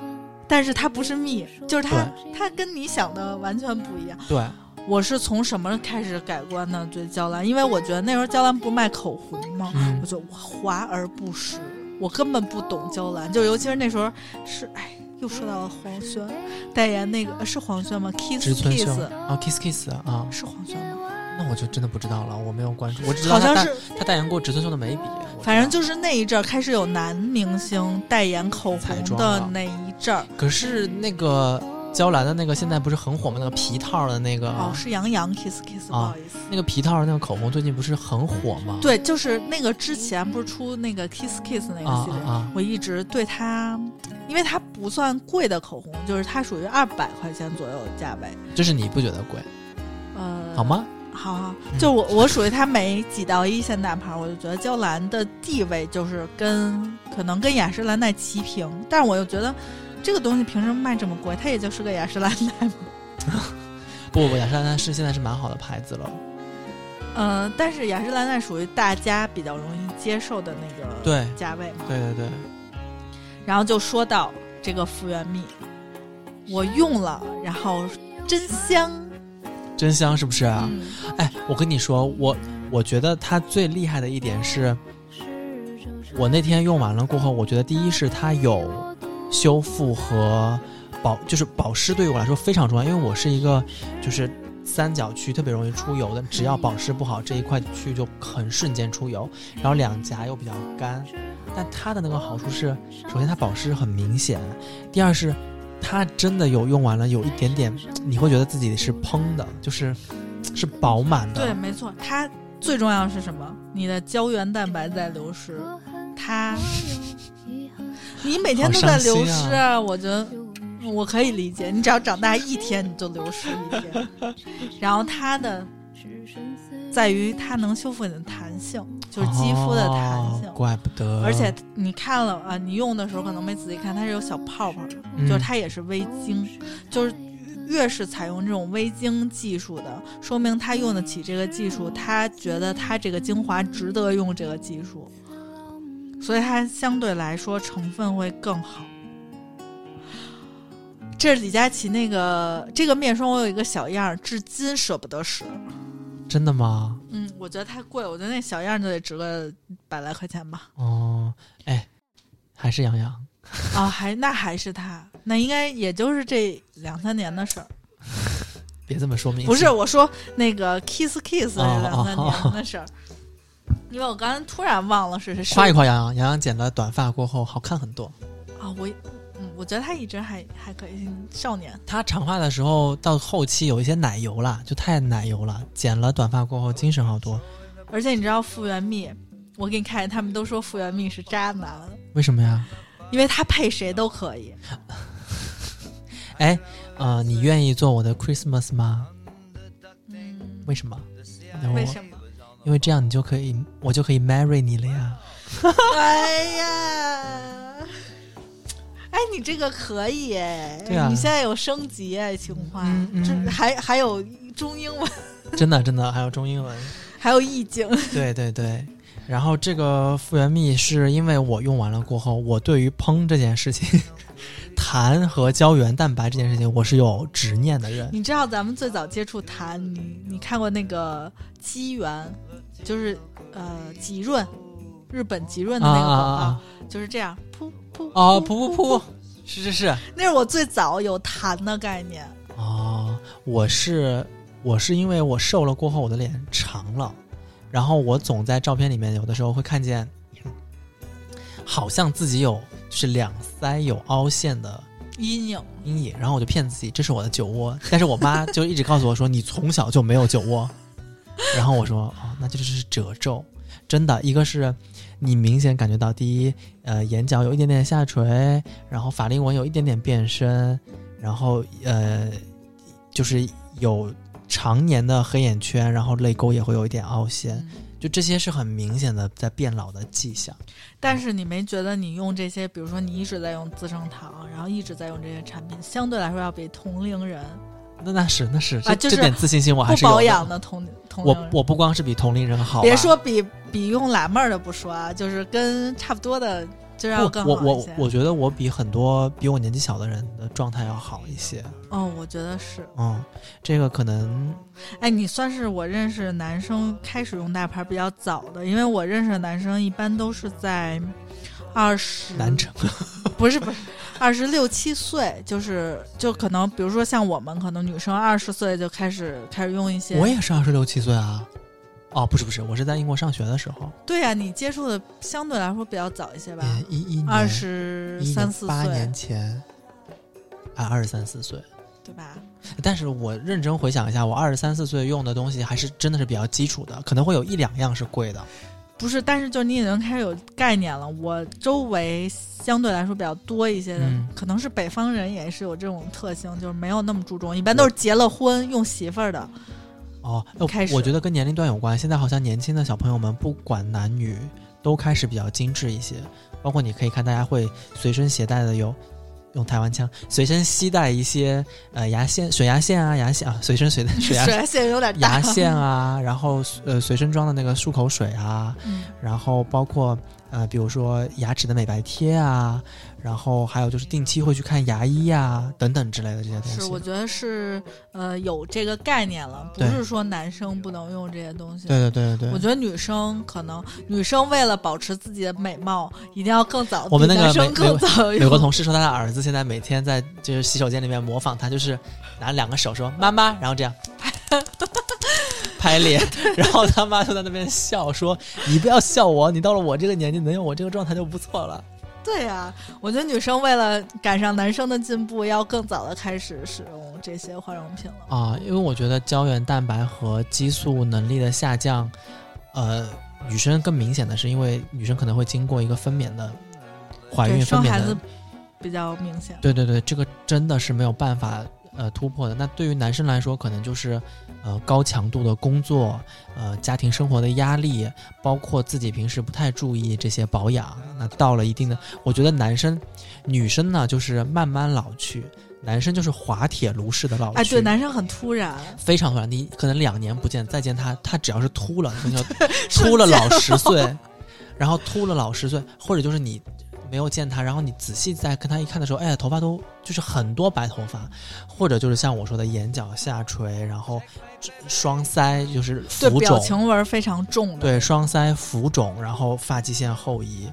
[SPEAKER 2] 但是它不是蜜，就是它它跟你想的完全不一样。
[SPEAKER 1] 对，
[SPEAKER 2] 我是从什么开始改观呢？对娇兰，因为我觉得那时候娇兰不卖口红吗？
[SPEAKER 1] 嗯
[SPEAKER 2] 我就哇华而不实，我根本不懂娇兰，就尤其是那时候是哎，又说到了黄轩代言那个呃是黄轩吗？Kiss
[SPEAKER 1] 植村秀
[SPEAKER 2] Kiss
[SPEAKER 1] 哦啊，kiss kiss 啊，
[SPEAKER 2] 是黄轩吗？
[SPEAKER 1] 那我就真的不知道了，我没有关注，我只知道
[SPEAKER 2] 好
[SPEAKER 1] 他
[SPEAKER 2] 像
[SPEAKER 1] 代
[SPEAKER 2] 是，
[SPEAKER 1] 他代言过植村秀的眉笔，我
[SPEAKER 2] 反正
[SPEAKER 1] 知道
[SPEAKER 2] 就是那一阵儿开始有男明星代言口
[SPEAKER 1] 彩
[SPEAKER 2] 红
[SPEAKER 1] 妆
[SPEAKER 2] 的
[SPEAKER 1] 了
[SPEAKER 2] 那一阵儿。
[SPEAKER 1] 可是那个呃娇兰的那个现在不是很火吗？那个皮套的那个、
[SPEAKER 2] 哦，是杨洋 kiss kiss，、不
[SPEAKER 1] 啊
[SPEAKER 2] 好意思。
[SPEAKER 1] 那个皮套的那个口红最近不是很火吗？
[SPEAKER 2] 对，就是那个之前不是出那个 kiss kiss 那个
[SPEAKER 1] 啊
[SPEAKER 2] 系
[SPEAKER 1] 啊
[SPEAKER 2] 列，
[SPEAKER 1] 啊！
[SPEAKER 2] 我一直对它，因为它不算贵的口红，就是它属于二百块钱左右的价位。
[SPEAKER 1] 就是你不觉得贵
[SPEAKER 2] 呃，
[SPEAKER 1] 好？吗？
[SPEAKER 2] 好好，
[SPEAKER 1] 嗯
[SPEAKER 2] 就我我属于它每几到一线大牌，我就觉得娇兰的地位就是跟可能跟雅诗兰黛齐平，但是我又觉得这个东西凭什么卖这么贵？它也就是个雅诗兰黛嘛。嗯
[SPEAKER 1] 不不不，雅诗兰黛是现在是蛮好的牌子了。
[SPEAKER 2] 呃，但是雅诗兰黛属于大家比较容易接受的那个
[SPEAKER 1] 对
[SPEAKER 2] 价位嘛。
[SPEAKER 1] 对对对，
[SPEAKER 2] 然后就说到这个复原蜜，我用了，然后真香。
[SPEAKER 1] 真香是不是、啊？
[SPEAKER 2] 嗯
[SPEAKER 1] 哎，我跟你说，我我觉得它最厉害的一点是，我那天用完了过后，我觉得第一是它有修复和保，就是保湿对于我来说非常重要，因为我是一个就是三角区特别容易出油的，只要保湿不好，这一块区就很瞬间出油，然后两颊又比较干。但它的那个好处是，首先它保湿很明显，第二是它真的有用完了有一点点，你会觉得自己是嘭的，就是是饱满的。
[SPEAKER 2] 对，没错，它最重要的是什么？你的胶原蛋白在流失，它，你每天都在流
[SPEAKER 1] 好伤
[SPEAKER 2] 失
[SPEAKER 1] 心
[SPEAKER 2] 啊！我觉得我可以理解，你只要长大一天，你就流失一天。 [laughs] 然后它的在于它能修复你的弹性，就是肌肤的弹性
[SPEAKER 1] 哦，。怪不得。
[SPEAKER 2] 而且你看了啊，你用的时候可能没仔细看，它是有小泡泡的，
[SPEAKER 1] 嗯
[SPEAKER 2] 就是它也是微晶，就是越是采用这种微晶技术的，说明他用得起这个技术，他觉得他这个精华值得用这个技术，所以它相对来说成分会更好。这是李佳琦那个这个面霜，我有一个小样儿，至今舍不得使。
[SPEAKER 1] 真的吗？
[SPEAKER 2] 嗯，我觉得太贵，我觉得那小样儿就得值个百来块钱吧。
[SPEAKER 1] 哦，哎，还是杨洋。
[SPEAKER 2] 啊、还那还是他，那应该也就是这两三年的事儿。
[SPEAKER 1] 别这么说明，
[SPEAKER 2] 不是我说那个 kiss kiss
[SPEAKER 1] 哦
[SPEAKER 2] 这两三年的事儿，因为我刚才突然忘了是谁
[SPEAKER 1] 夸一夸杨洋。杨洋剪了短发过后好看很多。
[SPEAKER 2] 啊，我嗯，我觉得他一直还还可以，少年
[SPEAKER 1] 他长发的时候到后期有一些奶油啦，就太奶油了。剪了短发过后精神好多，
[SPEAKER 2] 而且你知道傅园蜜，我给你看，他们都说傅园蜜是渣男，
[SPEAKER 1] 为什么呀？
[SPEAKER 2] 因为他配谁都可以。
[SPEAKER 1] 哎，呃，你愿意做我的 Christmas 吗？
[SPEAKER 2] 嗯，
[SPEAKER 1] 为什么？哦
[SPEAKER 2] 为什么？
[SPEAKER 1] 么？因为这样你就可以，我就可以 marry 你了呀。
[SPEAKER 2] [laughs] 哎呀，哎，你这个可以哎，
[SPEAKER 1] 对啊
[SPEAKER 2] 你现在有升级哎，情话，
[SPEAKER 1] 嗯嗯
[SPEAKER 2] 这还还有中英文， [laughs]
[SPEAKER 1] 真的，真的，还有中英文。
[SPEAKER 2] 还有意境。
[SPEAKER 1] 对对对，然后这个复原蜜是因为我用完了过后，我对于烹这件事情， [laughs] 痰和胶原蛋白这件事情，我是有执念的人。
[SPEAKER 2] 你知道咱们最早接触痰，你你看过那个机缘，就是呃吉润，日本吉润的那个广告，
[SPEAKER 1] 啊
[SPEAKER 2] 就是这样噗噗
[SPEAKER 1] 啊！哦，噗噗噗，是是是。
[SPEAKER 2] 那是我最早有痰的概念。
[SPEAKER 1] 哦，我是我是因为我瘦了过后，我的脸长了，然后我总在照片里面有的时候会看见， [laughs] 好像自己有就是两腮有凹陷的
[SPEAKER 2] 阴影，
[SPEAKER 1] 阴影，然后我就骗自己这是我的酒窝，但是我妈就一直告诉我说你从小就没有酒窝，然后我说哦，那这就是褶皱，真的，一个是你明显感觉到第一，呃，眼角有一点点下垂，然后法令纹有一点点变深，然后呃，就是有常年的黑眼圈，然后泪沟也会有一点凹陷，就这些是很明显的在变老的迹象。
[SPEAKER 2] 但是你没觉得你用这些，比如说你一直在用资生堂，然后一直在用这些产品，相对来说要比同龄人
[SPEAKER 1] 那那是那是，这、
[SPEAKER 2] 啊就是
[SPEAKER 1] 这点自信心哦我还
[SPEAKER 2] 不
[SPEAKER 1] 是有
[SPEAKER 2] 保养。的同同龄
[SPEAKER 1] 我
[SPEAKER 2] 人。
[SPEAKER 1] 我不光是比同龄人好、啊，
[SPEAKER 2] 别说比比用辣妹儿的不说啊，就是跟差不多的就要更
[SPEAKER 1] 我
[SPEAKER 2] 好
[SPEAKER 1] 我
[SPEAKER 2] 一些
[SPEAKER 1] 我。我觉得我比很多比我年纪小的人的状态要好一些。
[SPEAKER 2] 嗯，我觉得是。
[SPEAKER 1] 嗯，这个可能
[SPEAKER 2] 哎，你算是我认识男生开始用大牌比较早的，因为我认识的男生一般都是在二十
[SPEAKER 1] 难成。
[SPEAKER 2] 不是不是二十六七岁，就是就可能，比如说像我们，可能女生二十岁就开始开始用一
[SPEAKER 1] [laughs]
[SPEAKER 2] 些。
[SPEAKER 1] 我也是二十六七岁啊。哦，不是不是，我是在英国上学的时候，
[SPEAKER 2] 对呀、你接触的相对来说比较早一些吧，
[SPEAKER 1] 嗯一一年
[SPEAKER 2] 二十
[SPEAKER 1] 一
[SPEAKER 2] 三
[SPEAKER 1] 年
[SPEAKER 2] 四
[SPEAKER 1] 八
[SPEAKER 2] 岁
[SPEAKER 1] 年，前，啊，二十三四岁。
[SPEAKER 2] 对吧？
[SPEAKER 1] 但是我认真回想一下，我二十三四岁用的东西还是真的是比较基础的，可能会有一两样是贵的。
[SPEAKER 2] 不是，但是就你已经开始有概念了。我周围相对来说比较多一些的，
[SPEAKER 1] 嗯
[SPEAKER 2] 可能是北方人也是有这种特性，就是没有那么注重，一般都是结了婚用媳妇儿的。
[SPEAKER 1] 哦，那
[SPEAKER 2] 开始
[SPEAKER 1] 我觉得跟年龄段有关。现在好像年轻的小朋友们，不管男女，都开始比较精致一些。包括你可以看，大家会随身携带的有，用台湾腔，随身携带一些呃牙线、水牙线啊、牙线啊，随身随带水牙
[SPEAKER 2] 虽然现在有点大
[SPEAKER 1] 牙线啊，然后呃随身装的那个漱口水啊，
[SPEAKER 2] 嗯
[SPEAKER 1] 然后包括呃，比如说牙齿的美白贴啊，然后还有就是定期会去看牙医啊等等之类的这些东西。
[SPEAKER 2] 是，我觉得是呃有这个概念了，不
[SPEAKER 1] 对
[SPEAKER 2] 是说男生不能用这些东西。
[SPEAKER 1] 对对对对
[SPEAKER 2] 我
[SPEAKER 1] 对，
[SPEAKER 2] 觉得女生可能女生为了保持自己的美貌，一定要更早地比
[SPEAKER 1] 我们那个
[SPEAKER 2] 男生
[SPEAKER 1] 美
[SPEAKER 2] 更
[SPEAKER 1] [laughs]
[SPEAKER 2] 早
[SPEAKER 1] 有
[SPEAKER 2] 用
[SPEAKER 1] 个同事说他的儿子现在每天在就是洗手间里面模仿他，就是拿两个手说妈妈，然后 [laughs] 这样拍脸，然后他妈就在那边笑说你不要笑我，你到了我这个年纪能有我这个状态就不错了。
[SPEAKER 2] 对啊，我觉得女生为了赶上男生的进步，要更早的开始使用这些化妆品了。
[SPEAKER 1] 啊，因为我觉得胶原蛋白和激素能力的下降，呃，女生更明显的是，因为女生可能会经过一个分娩的怀
[SPEAKER 2] 对，
[SPEAKER 1] 孕分
[SPEAKER 2] 生
[SPEAKER 1] 娩
[SPEAKER 2] 孩
[SPEAKER 1] 的
[SPEAKER 2] 子，比较明显。
[SPEAKER 1] 对对对，这个真的是没有办法呃突破的。那对于男生来说，可能就是呃高强度的工作，呃家庭生活的压力，包括自己平时不太注意这些保养。那到了一定的，我觉得男生、女生呢，就是慢慢老去，男生就是滑铁卢式的老去。
[SPEAKER 2] 哎，对，男生很突然，
[SPEAKER 1] 非常突然，你可能两年不见，再见他，他只要是秃了，你就
[SPEAKER 2] [laughs]
[SPEAKER 1] 秃了老十岁，然后秃了老十岁，或者就是你没有见他，然后你仔细再跟他一看的时候，哎呀，头发都就是很多白头发，或者就是像我说的眼角下垂，然后双腮就是
[SPEAKER 2] 对
[SPEAKER 1] 浮
[SPEAKER 2] 表
[SPEAKER 1] 肿，
[SPEAKER 2] 情纹非常重的。
[SPEAKER 1] 对，双腮浮肿，然后发际线后移，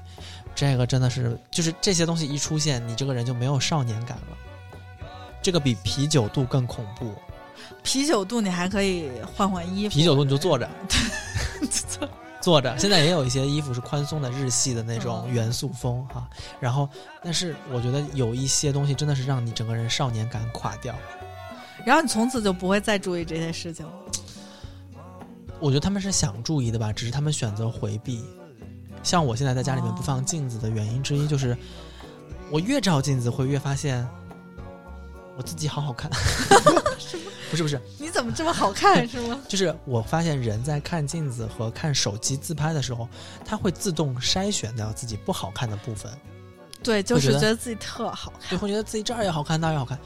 [SPEAKER 1] 这个真的是就是这些东西一出现，你这个人就没有少年感了，这个比啤酒肚更恐怖。
[SPEAKER 2] 啤酒肚你还可以换换衣服。
[SPEAKER 1] 啤酒肚你就坐着，坐着。现在也有一些衣服是宽松的日系的那种
[SPEAKER 2] 嗯
[SPEAKER 1] 元素风哈、然后但是我觉得有一些东西真的是让你整个人少年感垮掉。
[SPEAKER 2] 然后你从此就不会再注意这些事情了。
[SPEAKER 1] 我觉得他们是想注意的吧，只是他们选择回避。像我现在在家里面不放镜子的原因之一就是，我越照镜子会越发现我自己好好看。 [laughs] 不是不是，
[SPEAKER 2] 你怎么这么好 [laughs] 看是吗？
[SPEAKER 1] 就是我发现人在看镜子和看手机自拍的时候，他会自动筛选掉自己不好看的部分，
[SPEAKER 2] 对，就
[SPEAKER 1] 我觉
[SPEAKER 2] 是
[SPEAKER 1] 得
[SPEAKER 2] 觉得自己特好
[SPEAKER 1] 就
[SPEAKER 2] 看。
[SPEAKER 1] 会觉得自己这儿也好看，那儿也好看。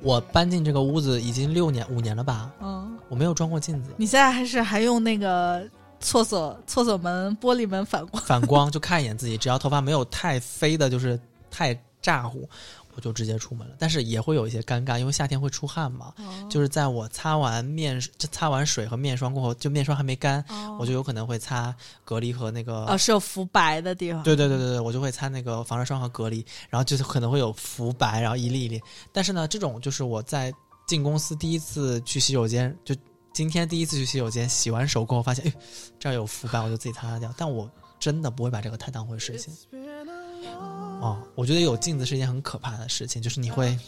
[SPEAKER 1] 我搬进这个屋子已经六年五年了吧，
[SPEAKER 2] 嗯，
[SPEAKER 1] 我没有装过镜
[SPEAKER 2] [laughs]
[SPEAKER 1] 子，
[SPEAKER 2] 你现在还是还用那个厕所厕所门玻璃门反光，
[SPEAKER 1] 反光就看一眼自己，只要头发没有太飞的，就是太咋呼，我就直接出门了。但是也会有一些尴尬，因为夏天会出汗嘛。
[SPEAKER 2] 哦
[SPEAKER 1] 就是在我擦完面擦完水和面霜过后，就面霜还没干，我就有可能会擦隔离和那个
[SPEAKER 2] 哦是有浮白的地方。
[SPEAKER 1] 对对对对对，我就会擦那个防晒霜和隔离，然后就是可能会有浮白，然后一粒一粒。但是呢，这种就是我在进公司第一次去洗手间，就今天第一次去洗手间，洗完手过后发现，哎，这儿有浮白，我就自己擦擦掉。但我真的不会把这个太当回事情。哦，我觉得有镜子是一件很可怕的事情，就是你会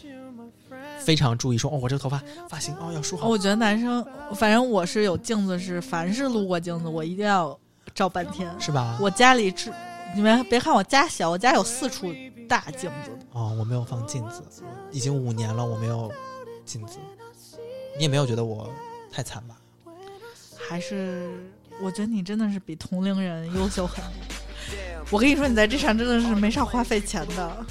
[SPEAKER 1] 非常注意说，哦，我这个头发发型哦要梳好
[SPEAKER 2] 我觉得男生，反正我是有镜子是，凡是路过镜子，我一定要照半天。
[SPEAKER 1] 是吧？
[SPEAKER 2] 我家里是，你们别看我家小，我家有四处大镜子。
[SPEAKER 1] 哦，我没有放镜子，我已经五年了，我没有镜子。你也没有觉得我太惨吧？
[SPEAKER 2] 还是我觉得你真的是比同龄人优秀很多。我跟你说，你在这上真的是没少花费钱的。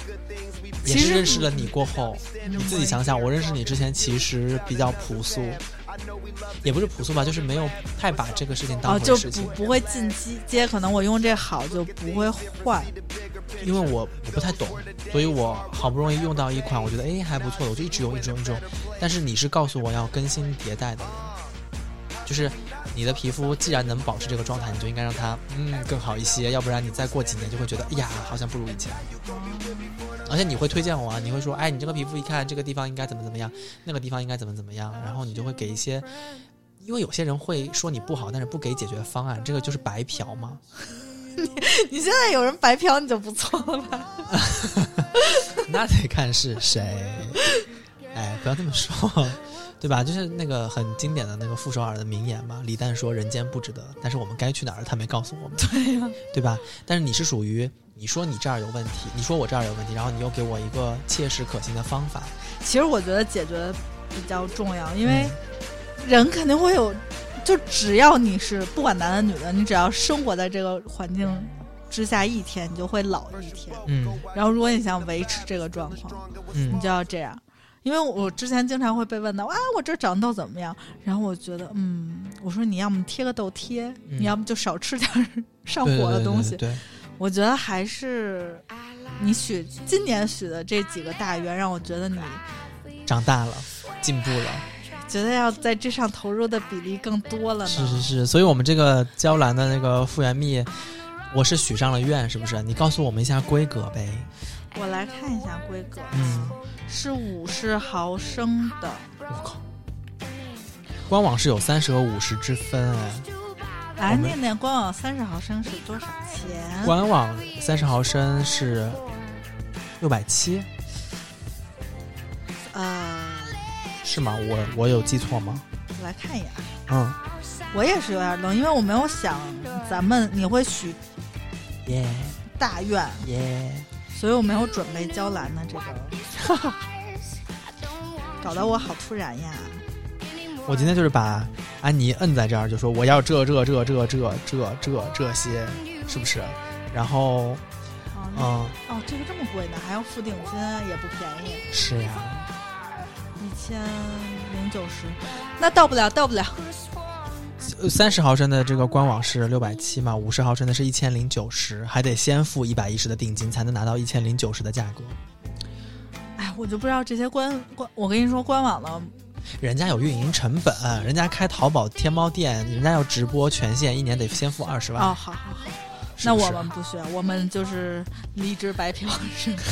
[SPEAKER 1] 也
[SPEAKER 2] 其
[SPEAKER 1] 是
[SPEAKER 2] 实
[SPEAKER 1] 认识了你过后，你自己想想，我认识你之前其实比较朴素，也不是朴素吧，就是没有太把这个事情
[SPEAKER 2] 啊，
[SPEAKER 1] 当回
[SPEAKER 2] 就
[SPEAKER 1] 事
[SPEAKER 2] 不
[SPEAKER 1] 情。
[SPEAKER 2] 不会进机街，可能我用这好就不会换。
[SPEAKER 1] 因为我我不太懂，所以我好不容易用到一款我觉得哎还不错的，我就一直用一直用一直用。但是你是告诉我要更新迭代的人，就是你的皮肤既然能保持这个状态，你就应该让它嗯更好一些，要不然你再过几年就会觉得哎呀好像不如以前。而且你会推荐我啊，你会说，哎，你这个皮肤一看这个地方应该怎么怎么样，那个地方应该怎么怎么样，然后你就会给一些，因为有些人会说你不好，但是不给解决方案，这个就是白嫖嘛。
[SPEAKER 2] [laughs] 你现在有人白嫖你就不错了吧？
[SPEAKER 1] 那得看是谁。哎，不要这么说，对吧？就是那个很经典的那个傅首尔的名言嘛，李诞说：“人间不值得，但是我们该去哪儿，他没告诉我们，
[SPEAKER 2] 对呀、
[SPEAKER 1] 对吧？”但是你是属于你说你这儿有问题，你说我这儿有问题，然后你又给我一个切实可行的方法，
[SPEAKER 2] 其实我觉得解决比较重要，因为
[SPEAKER 1] 嗯
[SPEAKER 2] 人肯定会有，就只要你是不管男的女的，你只要生活在这个环境之下一天，你就会老一天。
[SPEAKER 1] 嗯
[SPEAKER 2] 然后如果你想维持这个状况，你
[SPEAKER 1] 嗯
[SPEAKER 2] 就要这样。因为我之前经常会被问到啊，我这长痘怎么样？然后我觉得，嗯，我说你要么贴个痘贴，
[SPEAKER 1] 嗯
[SPEAKER 2] 你要么就少吃点儿 [laughs] 上
[SPEAKER 1] 对对
[SPEAKER 2] 火的
[SPEAKER 1] 对
[SPEAKER 2] 东
[SPEAKER 1] 对
[SPEAKER 2] 西。
[SPEAKER 1] 对对
[SPEAKER 2] 我觉得还是你许今年许的这几个大愿，让我觉得你
[SPEAKER 1] 长大了，进步了，
[SPEAKER 2] 觉得要在这上投入的比例更多了呢。
[SPEAKER 1] 是是是。所以我们这个娇兰的那个复原蜜，我是许上了愿，是不是？你告诉我们一下规格呗。
[SPEAKER 2] 我来看一下规格，
[SPEAKER 1] 嗯，
[SPEAKER 2] 是五十毫升的，
[SPEAKER 1] 我靠，官网是有三十和五十之分哎。
[SPEAKER 2] 来
[SPEAKER 1] 我们
[SPEAKER 2] 念念官网三十毫升是多少钱？
[SPEAKER 1] 官网三十毫升是六百七，
[SPEAKER 2] 呃，
[SPEAKER 1] 是吗？我我有记错吗？
[SPEAKER 2] 我来看一眼，
[SPEAKER 1] 嗯，
[SPEAKER 2] 我也是有点愣，因为我没有想咱们你会许
[SPEAKER 1] 耶
[SPEAKER 2] 大愿，
[SPEAKER 1] 耶，
[SPEAKER 2] 所以我没有准备娇兰的这个， [laughs] 搞得我好突然呀！
[SPEAKER 1] 我今天就是把安妮摁在这儿，就说我要这这这这这这这这些，是不是？然后，
[SPEAKER 2] 哦，那
[SPEAKER 1] 嗯，
[SPEAKER 2] 哦，这个这么贵呢，还要付定金，也不便宜，
[SPEAKER 1] 是呀，
[SPEAKER 2] 一千零九十，那到不了，到不了。
[SPEAKER 1] 三十毫升的这个官网是六百七嘛，五十毫升的是一千零九十，还得先付一百一十的定金才能拿到一千零九十的价格。
[SPEAKER 2] 哎，我就不知道这些官官，我跟你说官网了，
[SPEAKER 1] 人家有运营成本，人家开淘宝、天猫店，人家要直播权限，一年得先付二十万。
[SPEAKER 2] 哦，好好好，
[SPEAKER 1] 是
[SPEAKER 2] 那
[SPEAKER 1] 不
[SPEAKER 2] 我
[SPEAKER 1] 是啊
[SPEAKER 2] 们不需要，我们就是离职白嫖是吧？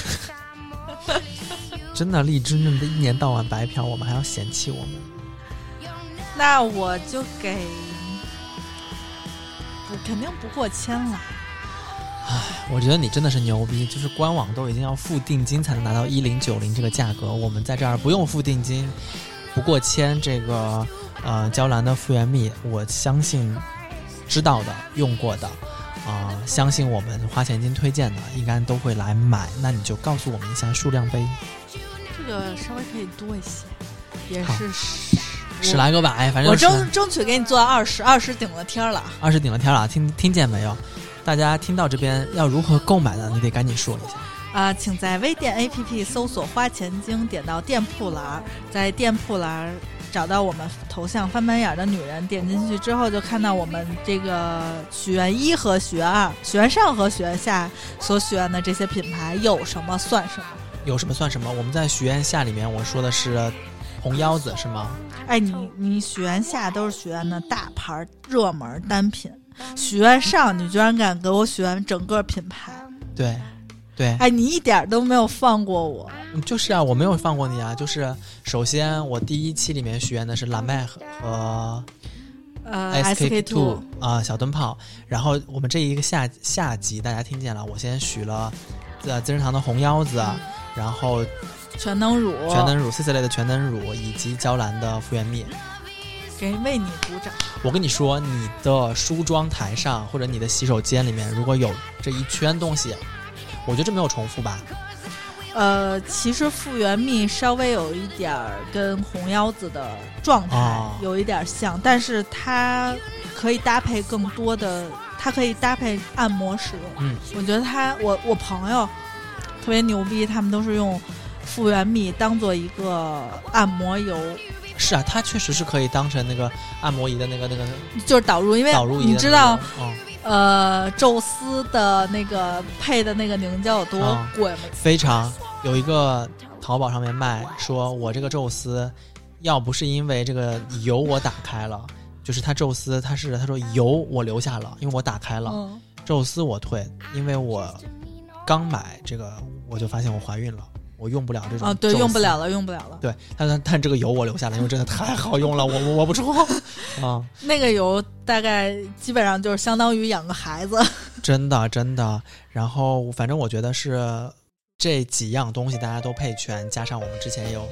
[SPEAKER 1] 真的荔枝那么一年到晚白嫖，我们还要嫌弃我们？
[SPEAKER 2] [laughs] 那我就给，不肯定不过千了。
[SPEAKER 1] 我觉得你真的是牛逼，就是官网都已经要付定金才能拿到一零九零这个价格，我们在这儿不用付定金，不过签这个呃娇兰的复原蜜，我相信知道的、用过的。啊、相信我们花钱金推荐的，应该都会来买。那你就告诉我们一下数量呗，
[SPEAKER 2] 这个稍微可以多一些，也
[SPEAKER 1] 好
[SPEAKER 2] 是十
[SPEAKER 1] 十。来个吧，哎，反
[SPEAKER 2] 我
[SPEAKER 1] 正就
[SPEAKER 2] 我
[SPEAKER 1] 是
[SPEAKER 2] 争争取给你做二十，二十顶了天儿了。
[SPEAKER 1] 二十顶了天了，听听见没有？大家听到这边要如何购买呢？你得赶紧说一下。
[SPEAKER 2] 啊、请在微店 APP 搜索“花钱精”，点到店铺栏儿，在店铺栏儿找到我们头像“翻白眼儿的女人”，点进去之后就看到我们这个许愿一和许愿二、许愿上和许愿下所许愿的这些品牌有什么算什么。
[SPEAKER 1] 有什么算什么。我们在许愿下里面，我说的是红腰子是吗？
[SPEAKER 2] 哎，你你许愿下都是许愿的大牌儿热门儿单品，许愿上你居然敢给我许愿整个品牌，
[SPEAKER 1] 对，对，
[SPEAKER 2] 哎，你一点儿都没有放过我。
[SPEAKER 1] 就是啊，我没有放过你啊。就是首先，我第一期里面许愿的是蓝麦和和
[SPEAKER 2] 呃
[SPEAKER 1] SK
[SPEAKER 2] two
[SPEAKER 1] Two 啊小灯泡，然后我们这一个下下集大家听见了，我先许了呃资生堂的红腰子，然后
[SPEAKER 2] 全能乳，
[SPEAKER 1] 全能乳 C C 类的全能乳以及娇兰的复原蜜。
[SPEAKER 2] 给为你鼓掌。
[SPEAKER 1] 我跟你说，你的梳妆台上或者你的洗手间里面，如果有这一圈东西，我觉得这没有重复吧？
[SPEAKER 2] 呃，其实复原蜜稍微有一点儿跟红腰子的状态
[SPEAKER 1] 哦
[SPEAKER 2] 有一点儿像，但是它可以搭配更多的，它可以搭配按摩使用。
[SPEAKER 1] 嗯，
[SPEAKER 2] 我觉得它，我我朋友特别牛逼，他们都是用复原蜜当做一个按摩油，
[SPEAKER 1] 是啊，它确实是可以当成那个按摩仪的那个那
[SPEAKER 2] [laughs]
[SPEAKER 1] 个
[SPEAKER 2] 就是导入，因为
[SPEAKER 1] 导入仪的那个、
[SPEAKER 2] 你知道，
[SPEAKER 1] 嗯，
[SPEAKER 2] 呃，宙斯的那个配的那个凝胶有多
[SPEAKER 1] 啊
[SPEAKER 2] 贵吗？
[SPEAKER 1] 非常有一个淘宝上面卖，说我这个宙斯，要不是因为这个油我打开了。就是他宙斯，他是他说油我留下了，因为我打开了。
[SPEAKER 2] 嗯，
[SPEAKER 1] 宙斯我退，因为我刚买这个，我就发现我怀孕了，我用不了这种
[SPEAKER 2] 啊，对，
[SPEAKER 1] 宙斯
[SPEAKER 2] 用不了。了，用不了了。
[SPEAKER 1] 对，但但这个油我留下来，因为真的太好用了，我我我不冲啊！
[SPEAKER 2] 那个油大概基本上就是相当于养个孩子，
[SPEAKER 1] 哦
[SPEAKER 2] [laughs]
[SPEAKER 1] 真的真的。然后反正我觉得是这几样东西大家都配全，加上我们之前有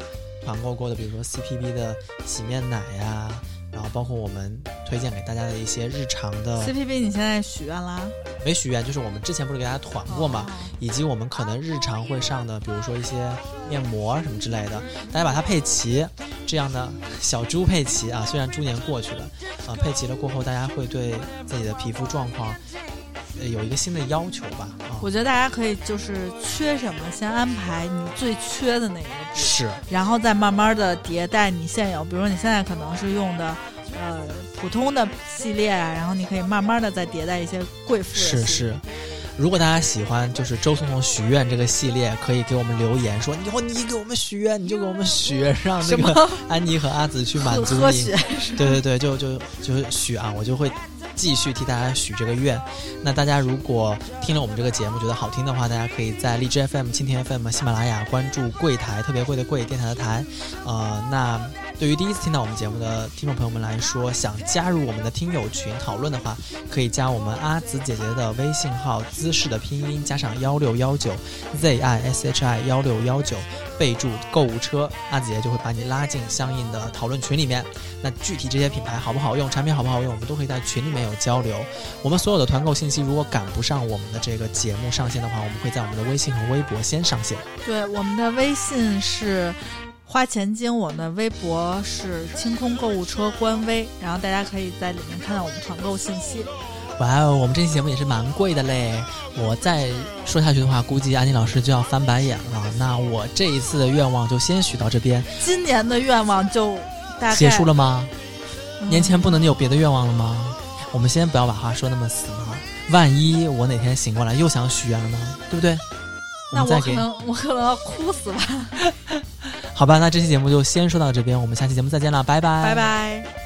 [SPEAKER 1] 团购过的，比如说 CPB 的洗面奶呀、然后包括我们推荐给大家的一些日常的
[SPEAKER 2] CPB，你现在许愿啦？
[SPEAKER 1] 没许愿，就是我们之前不是给大家团过嘛，
[SPEAKER 2] 哦
[SPEAKER 1] 以及我们可能日常会上的，比如说一些面膜啊什么之类的，大家把它配齐，这样的小猪配齐啊。虽然猪年过去了，啊，配齐了过后，大家会对自己的皮肤状况、呃、有一个新的要求吧？啊，
[SPEAKER 2] 我觉得大家可以就是缺什么先安排你最缺的那个部分，
[SPEAKER 1] 是
[SPEAKER 2] 然后再慢慢的迭代你现有，比如说你现在可能是用的呃普通的系列啊，然后你可以慢慢的再迭代一些贵妇的系
[SPEAKER 1] 是
[SPEAKER 2] 列。
[SPEAKER 1] 是。如果大家喜欢就是周颂颂许愿这个系列，可以给我们留言说，以后你给我们许愿，你就给我们许愿，让那
[SPEAKER 2] 什么
[SPEAKER 1] 个安妮和阿紫去满
[SPEAKER 2] 喝 [laughs]
[SPEAKER 1] 足
[SPEAKER 2] 喝
[SPEAKER 1] 你。
[SPEAKER 2] 血？
[SPEAKER 1] 对对对，就就就许啊，我就会继续替大家许这个愿。那大家如果听了我们这个节目觉得好听的话，大家可以在荔枝 FM、蜻蜓 FM、喜马拉雅关注“柜台”特别贵的贵电台的台。呃，那对于第一次听到我们节目的听众朋友们来说，想加入我们的听友群讨论的话，可以加我们阿紫姐姐的微信号，姿势的拼音加上幺六幺九 z i s h i 幺六幺九，备注购物车，阿紫姐姐就会把你拉进相应的讨论群里面。那具体这些品牌好不好用，产品好不好用，我们都可以在群里面有交流。我们所有的团购信息，如果赶不上我们的这个节目上线的话，我们会在我们的微信和微博先上线。
[SPEAKER 2] 对，我们的微信是花钱精，我们的微博是清空购物车官微，然后大家可以在里面看到我们团购信息。
[SPEAKER 1] 哇哦，我们这期节目也是蛮贵的嘞！我再说下去的话，估计安妮老师就要翻白眼了。那我这一次的愿望就先许到这边，
[SPEAKER 2] 今年的愿望就大概
[SPEAKER 1] 结束了吗？
[SPEAKER 2] 嗯
[SPEAKER 1] 年前不能有别的愿望了吗？我们先不要把话说那么死啊，万一我哪天醒过来又想许愿了呢？对不对？
[SPEAKER 2] 那
[SPEAKER 1] 们再
[SPEAKER 2] 我可
[SPEAKER 1] 给
[SPEAKER 2] 能我可能要哭死吧，
[SPEAKER 1] 好吧，那这期节目就先说到这边，我们下期节目再见啦，拜拜，
[SPEAKER 2] 拜拜。